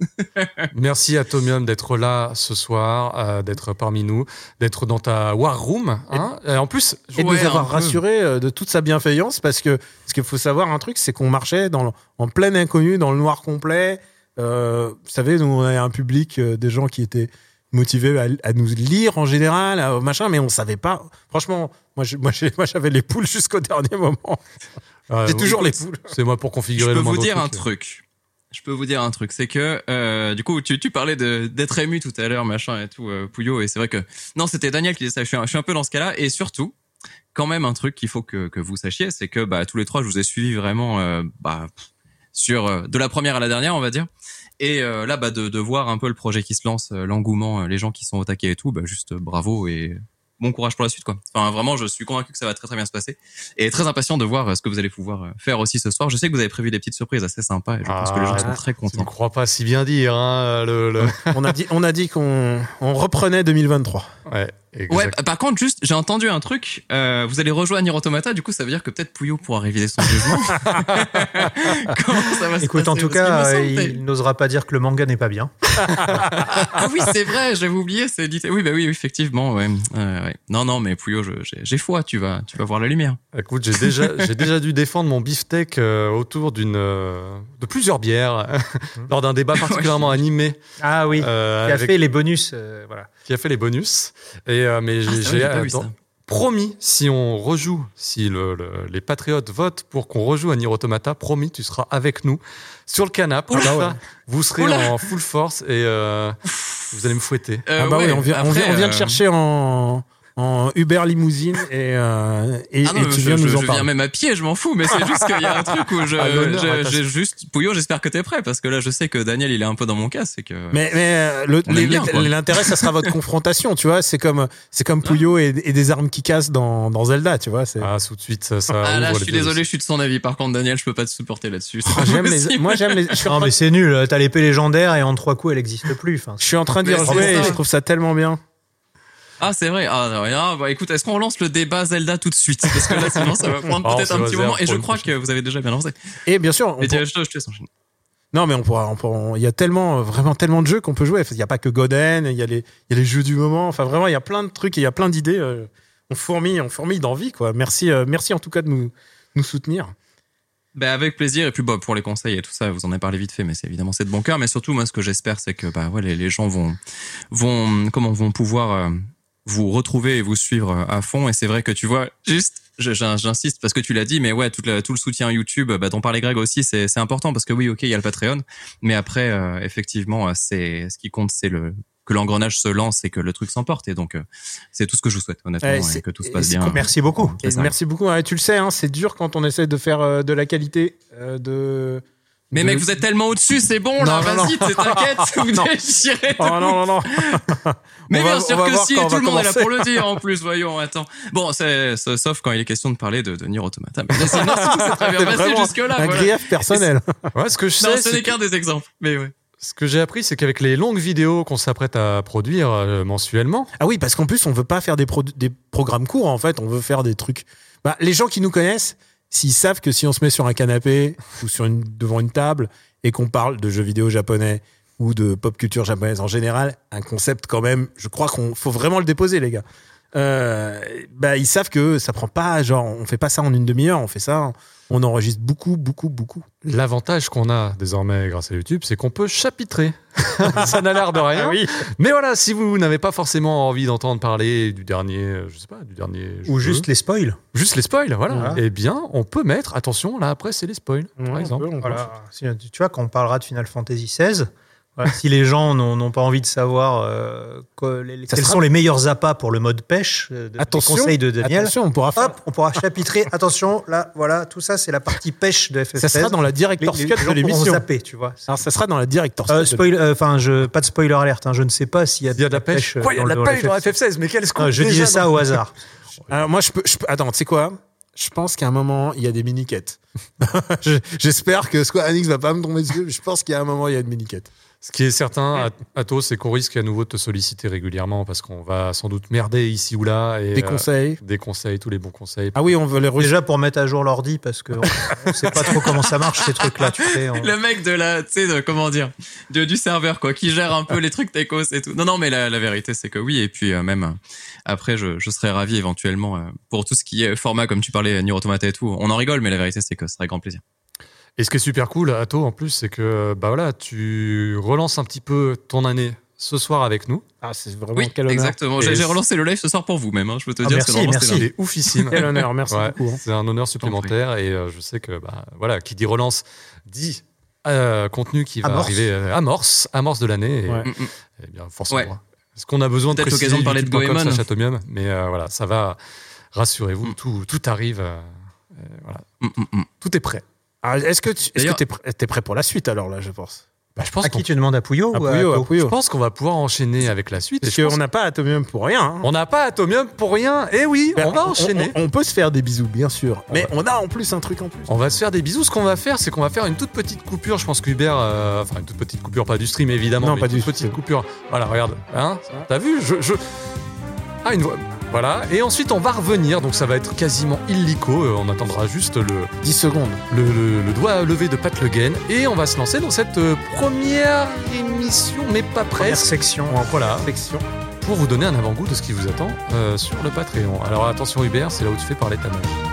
S1: Merci Atomium d'être là ce soir, euh, d'être parmi nous, d'être dans ta war room. hein. Euh, en plus, je-
S3: et de
S7: Ouais,
S3: nous
S7: un
S3: avoir
S7: peu.
S3: rassurés euh, de toute sa bienveillance parce que ce qu'il faut savoir un truc c'est qu'on marchait dans le- en pleine inconnue dans le noir complet Euh, vous savez nous on avait un public euh, des gens qui étaient motivés à, à nous lire en général à- machin mais on savait pas franchement moi j'ai- moi, j'ai- moi, j'avais les poules jusqu'au dernier moment
S1: euh,
S3: j'ai toujours les
S1: écoute,
S3: poules
S1: C'est moi pour
S7: Je
S1: configurer
S7: peux
S1: le
S7: vous
S1: moindre
S7: dire un
S1: truc.
S7: truc. Je peux vous dire un truc, c'est que euh, du coup tu, tu parlais de d'être ému tout à l'heure machin et tout euh, Pouillot et c'est vrai que non c'était Daniel qui disait ça. Je suis un, je suis un peu dans ce cas-là et surtout quand même un truc qu'il faut que, que vous sachiez c'est que bah tous les trois je vous ai suivi vraiment euh, bah, pff, sur euh, de la première à la dernière on va dire et euh, là bah de, de voir un peu le projet qui se lance euh, l'engouement euh, les gens qui sont au taquet et tout bah juste euh, bravo et bon courage pour la suite quoi. Enfin vraiment je suis convaincu que ça va très très bien se passer et très impatient de voir euh, ce que vous allez pouvoir euh, faire aussi ce soir. Je sais que vous avez prévu des petites surprises assez sympas et je pense que
S2: Ah,
S7: les gens sont très
S1: Tu ne
S7: contents.
S1: crois pas si bien dire. Hein, le, le-
S3: on a dit on a dit qu'on on reprenait 2023
S1: Ouais, exact.
S7: Ouais, par contre, juste, j'ai entendu un truc. euh, vous allez rejoindre Automata, du coup, ça veut dire que peut-être Pouillot pourra réviser
S2: *laughs*
S7: son jugement. *laughs* Comment ça va se
S2: écoute en
S7: passer
S2: tout
S7: Parce qu'il
S2: cas,
S7: me
S2: euh,
S7: semble-
S2: il n'osera pas dire que le manga n'est pas bien.
S7: Ah oui, c'est vrai, j'avais oublié. C'est dit. Oui, bah oui, effectivement. Ouais. Euh, ouais. Non, non, mais Pouillot, je- j'ai j'ai foi. Tu vas, tu vas voir la lumière.
S1: Écoute, j'ai déjà, j'ai déjà dû défendre mon beefsteak euh, autour d'une, euh, de plusieurs bières *laughs* lors d'un débat particulièrement animé
S2: Ah oui,
S1: euh,
S2: il a
S1: avec-
S2: fait les bonus. euh, voilà.
S1: qui a fait les bonus. Et euh, mais
S7: Ah,
S1: j'ai,
S7: c'est vrai,
S1: j'ai-
S7: j'ai pas vu
S1: attends,
S7: ça.
S1: promis, si on rejoue, si le- le- les patriotes votent pour qu'on rejoue à Nier Automata, promis, tu seras avec nous sur le canapé.
S7: Oula.
S1: Comme ça, Vous serez
S7: Ah bah Oula.
S1: en full force et euh, vous allez me fouetter.
S7: Euh,
S3: ah bah oui,
S7: ouais,
S3: on vient on
S7: après,
S3: vient, on vient te
S7: euh,
S3: chercher en en Uber limousine et euh, et,
S7: Ah non,
S3: et
S7: mais
S3: tu
S7: je,
S3: viens
S7: je-
S3: nous en
S7: je
S3: parler
S7: viens même à pied, je m'en fous, mais c'est juste qu'il y a un truc où
S3: *laughs*
S7: je,
S1: Ah, l'honneur,
S7: je-
S1: attention.
S7: j'ai juste, Pouillot, j'espère que t'es prêt, parce que là, je sais que Daniel, il est un peu dans mon cas, c'est que.
S3: Mais, mais euh, le-
S7: On aime
S3: les-
S7: bien, quoi.
S3: l'intérêt, ça sera
S7: *laughs*
S3: votre confrontation, tu vois. C'est comme, c'est comme Puyo et, et des armes qui cassent dans, dans Zelda, tu vois. c'est-
S1: Ah, tout de suite, ça, ça
S7: ah là,
S1: ouvre
S7: je suis
S1: les yeux.
S7: désolé, je suis de son avis. Par contre, Daniel, je peux pas te supporter là-dessus. c'est pas
S3: Ah,
S7: *laughs*
S3: J'aime les,
S7: possible.
S3: moi, j'aime les. Je suis, en
S2: Non,
S3: train-
S2: mais c'est nul. T'as l'épée légendaire et en trois coups, elle n'existe plus. Enfin,
S3: je suis en train d'y
S7: Mais c'est
S3: rejouer et
S7: ça.
S3: je trouve ça tellement bien.
S7: Ah, c'est vrai. Ah, non, ah, bah, écoute, est-ce qu'on lance le débat Zelda tout de suite? Parce que là, sinon, ça va
S3: *laughs*
S7: prendre
S1: Ah, on
S7: peut-être
S1: se
S7: un petit
S1: réserve
S7: moment. Et
S1: pour
S7: je
S1: une
S7: crois que
S1: prochaine.
S7: vous avez déjà bien lancé.
S3: Et bien sûr, on
S7: Mais
S3: pour-
S7: tiens, je te- je te laisse enchaîner.
S3: non, mais on pourra, on pourra- on- il y a tellement, euh, vraiment tellement de jeux qu'on peut jouer. Enfin, Il n'y a pas que Goden, il y a les, il y a les jeux du moment. Enfin, vraiment, il y a plein de trucs, et il y a plein d'idées. euh, On fourmille, on fourmille d'envie, quoi. Merci, euh, merci en tout cas de nous, nous soutenir.
S7: Bah, avec plaisir. Et puis, bah, pour les conseils et tout ça, vous en avez parlé vite fait, mais c'est évidemment c'est de bon cœur. Mais surtout, moi, ce que j'espère, c'est que bah, ouais, les, les gens vont, vont, comment, vont pouvoir euh, vous retrouver et vous suivre euh, à fond. Et c'est vrai que tu vois, juste, je- j'in- j'insiste parce que tu l'as dit, mais ouais, toute la- tout le soutien YouTube, bah, dont parlait Greg aussi, c'est c'est important parce que oui, ok, il y a le Patreon, mais après, euh, effectivement, euh, c'est ce qui compte, c'est le que l'engrenage se lance et que le truc s'emporte. Et donc, euh, c'est tout ce que je vous souhaite, honnêtement,
S3: Ouais,
S7: et
S3: c'est-
S7: que tout se
S3: et
S7: passe
S3: c'est
S7: bien. hein.
S3: com-
S2: merci beaucoup.
S7: C'est
S3: Et
S7: ça.
S3: merci beaucoup. Ouais, tu le sais, hein, c'est dur quand on essaie de faire euh, de la qualité. euh, de...
S7: Mais
S3: de-
S7: mec, vous êtes tellement au-dessus, c'est bon, là,
S3: Non, non,
S7: vas-y, t'es-
S3: *laughs*
S7: t'inquiète, vous
S3: Non.
S7: déchirez.
S3: Oh non, non, non.
S7: Mais
S3: On
S7: bien
S3: va- on
S7: sûr
S3: va
S7: que
S3: voir
S7: si, et
S3: quand on
S7: tout
S3: va
S7: le monde est là
S3: commencer.
S7: pour le dire en plus, voyons, attends. Bon, c'est, c'est- sauf quand il est question de parler de, de Nier Automata. Mais sinon, tout s'est
S3: *laughs*
S7: très bien
S3: C'est
S7: passé
S3: vraiment
S7: jusque-là.
S3: un
S7: Ah, Voilà.
S3: grief personnel.
S1: Ouais, ce que je sais,
S7: Non,
S1: c'est
S7: ce n'est qu'un des exemples. Mais ouais.
S1: Ce que j'ai appris, c'est qu'avec les longues vidéos qu'on s'apprête à produire euh, mensuellement,
S3: Ah oui, parce qu'en plus, on veut pas faire des, produ- des programmes courts, en fait. On veut faire des trucs. Bah, les gens qui nous connaissent, s'ils savent que si on se met sur un canapé *laughs* ou sur une, devant une table et qu'on parle de jeux vidéo japonais ou de pop culture japonaise en général, un concept quand même, je crois qu'on faut vraiment le déposer, les gars. Euh, bah, ils savent que ça prend pas, genre, on fait pas ça en une demi-heure, on fait ça, en- on enregistre beaucoup, beaucoup, beaucoup.
S1: l'avantage qu'on a désormais grâce à YouTube, c'est qu'on peut chapitrer. *laughs* ça n'a l'air de rien.
S3: oui.
S1: Mais voilà, si vous n'avez pas forcément envie d'entendre parler du dernier, euh, je sais pas, du dernier.
S2: Ou
S1: jeu,
S2: juste les spoils.
S1: juste les spoils, voilà.
S2: Voilà.
S1: Eh bien, on peut mettre, attention, là après, c'est les spoils, par exemple.
S2: Voilà. Si- Tu vois, quand on parlera de Final Fantasy XVI, voilà, si les gens n'ont n'ont pas envie de savoir euh, que- les- les-
S3: Ça
S2: quels
S3: sera-
S2: sont les meilleurs appâts pour le mode pêche, euh, de,
S3: Attention,
S2: les conseils de Daniel,
S3: Attention, on pourra faire.
S2: hop, on pourra
S3: *laughs*
S2: chapitrer. Attention, là, voilà, tout ça, c'est la partie pêche de FF16.
S3: Ça sera dans la
S2: les,
S3: director's
S2: les
S3: cut de
S2: gens pourront
S3: l'émission.
S2: zapper, tu vois.
S3: Alors, ça sera dans la director's
S2: Euh,
S3: cut. de-
S2: spoil, euh, enfin, je, pas de spoiler alerte. hein, je ne sais pas s'il y a,
S1: Il y a de la pêche.
S2: euh,
S1: Quoi, il y a
S2: dans
S1: de la
S2: le-
S1: pêche
S2: dans
S1: dans
S2: le FF16.
S1: FF16, mais quel scoop
S2: Non, Ah, Euh, je
S1: déjà
S2: disais
S1: dans-
S3: hein.
S2: ça au hasard.
S3: Alors, moi, je peux. je peux- Attends, tu sais quoi Je pense qu'à un moment, il y a des *laughs* mini-quêtes. Je- J'espère que Square Enix va pas me tomber dessus, mais je pense qu'il y a un moment, il y a des mini-quêtes.
S1: Ce qui est certain, à- Athos, c'est qu'on risque à nouveau de te solliciter régulièrement parce qu'on va sans doute merder ici ou là. Et,
S3: Des
S1: euh,
S3: conseils.
S1: des conseils, tous les bons conseils.
S3: Ah oui, on veut les russes.
S2: Déjà pour mettre à jour l'ordi, parce que on- on sait pas trop comment ça marche, ces trucs-là, tu hein. sais.
S3: *laughs*
S2: on-
S7: Le mec de la, tu sais, de- comment dire, de- du serveur, quoi, qui gère un peu les trucs techos et tout. Non, non, mais la, la vérité, c'est que oui. Et puis, euh, même, euh, après, je, je serais ravi éventuellement, euh, pour tout ce qui est format, comme tu parlais, Nier Automata et tout. On en rigole, mais la vérité, c'est que ce serait grand plaisir.
S1: Et ce qui est super cool, Ato, en plus, c'est que bah voilà, tu relances un petit peu ton année ce soir avec nous.
S3: Ah, c'est vraiment
S7: Oui,
S3: quel honneur.
S7: exactement. J'ai
S1: Et-
S7: j'ai relancé le live ce soir pour vous, même, hein, je peux te
S2: Ah,
S7: dire.
S2: merci,
S7: c'est vraiment-
S2: merci.
S7: c'était
S1: C'est oufissime.
S3: Quel honneur, merci
S1: Ouais.
S3: beaucoup. hein.
S1: C'est un honneur supplémentaire et euh, je sais que bah, voilà, qui dit relance dit euh, contenu qui va
S2: Amorce.
S1: arriver euh, amorce, amorce de l'année. Et,
S3: Ouais.
S7: Mm, mm.
S1: eh bien forcément.
S7: Ouais.
S1: Est-ce qu'on a besoin de
S7: Peut-être
S1: préciser
S7: l'occasion de parler de
S1: youtube.com
S7: Goemon.
S1: slash Atomium Mais euh, voilà, ça va. Rassurez-vous,
S7: Mm.
S1: tout, tout arrive. euh, euh, voilà,
S7: Mm, mm, mm.
S1: tout est prêt.
S3: Ah, Est-ce que tu
S7: D'ailleurs-
S3: es, prêt pour la suite alors là, je pense
S1: Bah, je pense
S2: À
S1: qu'on
S2: qui tu demandes à Pouillot
S3: À
S2: ou à
S3: Puyo, à
S2: Ato
S1: je
S3: Puyo.
S1: pense qu'on va pouvoir enchaîner avec la suite. et
S3: Parce
S1: je pense
S3: qu'on n'a pas Atomium pour rien. hein.
S1: On n'a pas Atomium pour rien. Eh oui, on va enchaîner.
S3: Ben, On, on peut se faire des bisous, bien sûr. Mais on a en plus un truc en plus.
S1: On va se faire des bisous. Ce qu'on va faire, c'est qu'on va faire une toute petite coupure. Je pense qu'Hubert, euh, enfin une toute petite coupure, pas du stream évidemment,
S3: Non,
S1: mais
S3: pas
S1: une
S3: du
S1: toute petite
S3: stream.
S1: coupure. Voilà, regarde, hein,
S3: Ça va
S1: t'as vu je, je- Ah, une voix. Voilà. Et ensuite, on va revenir. Donc, ça va être quasiment illico. Euh, On attendra juste le,
S3: 10 secondes.
S1: le, le- le doigt levé de Pat Le Guen et on va se lancer dans cette euh, première émission, mais pas
S2: Première
S1: presque.
S2: section.
S1: Voilà,
S3: Section.
S1: pour vous donner un avant-goût de ce qui vous attend euh, sur le Patreon. Alors attention Hubert, c'est là où tu fais parler ta mère.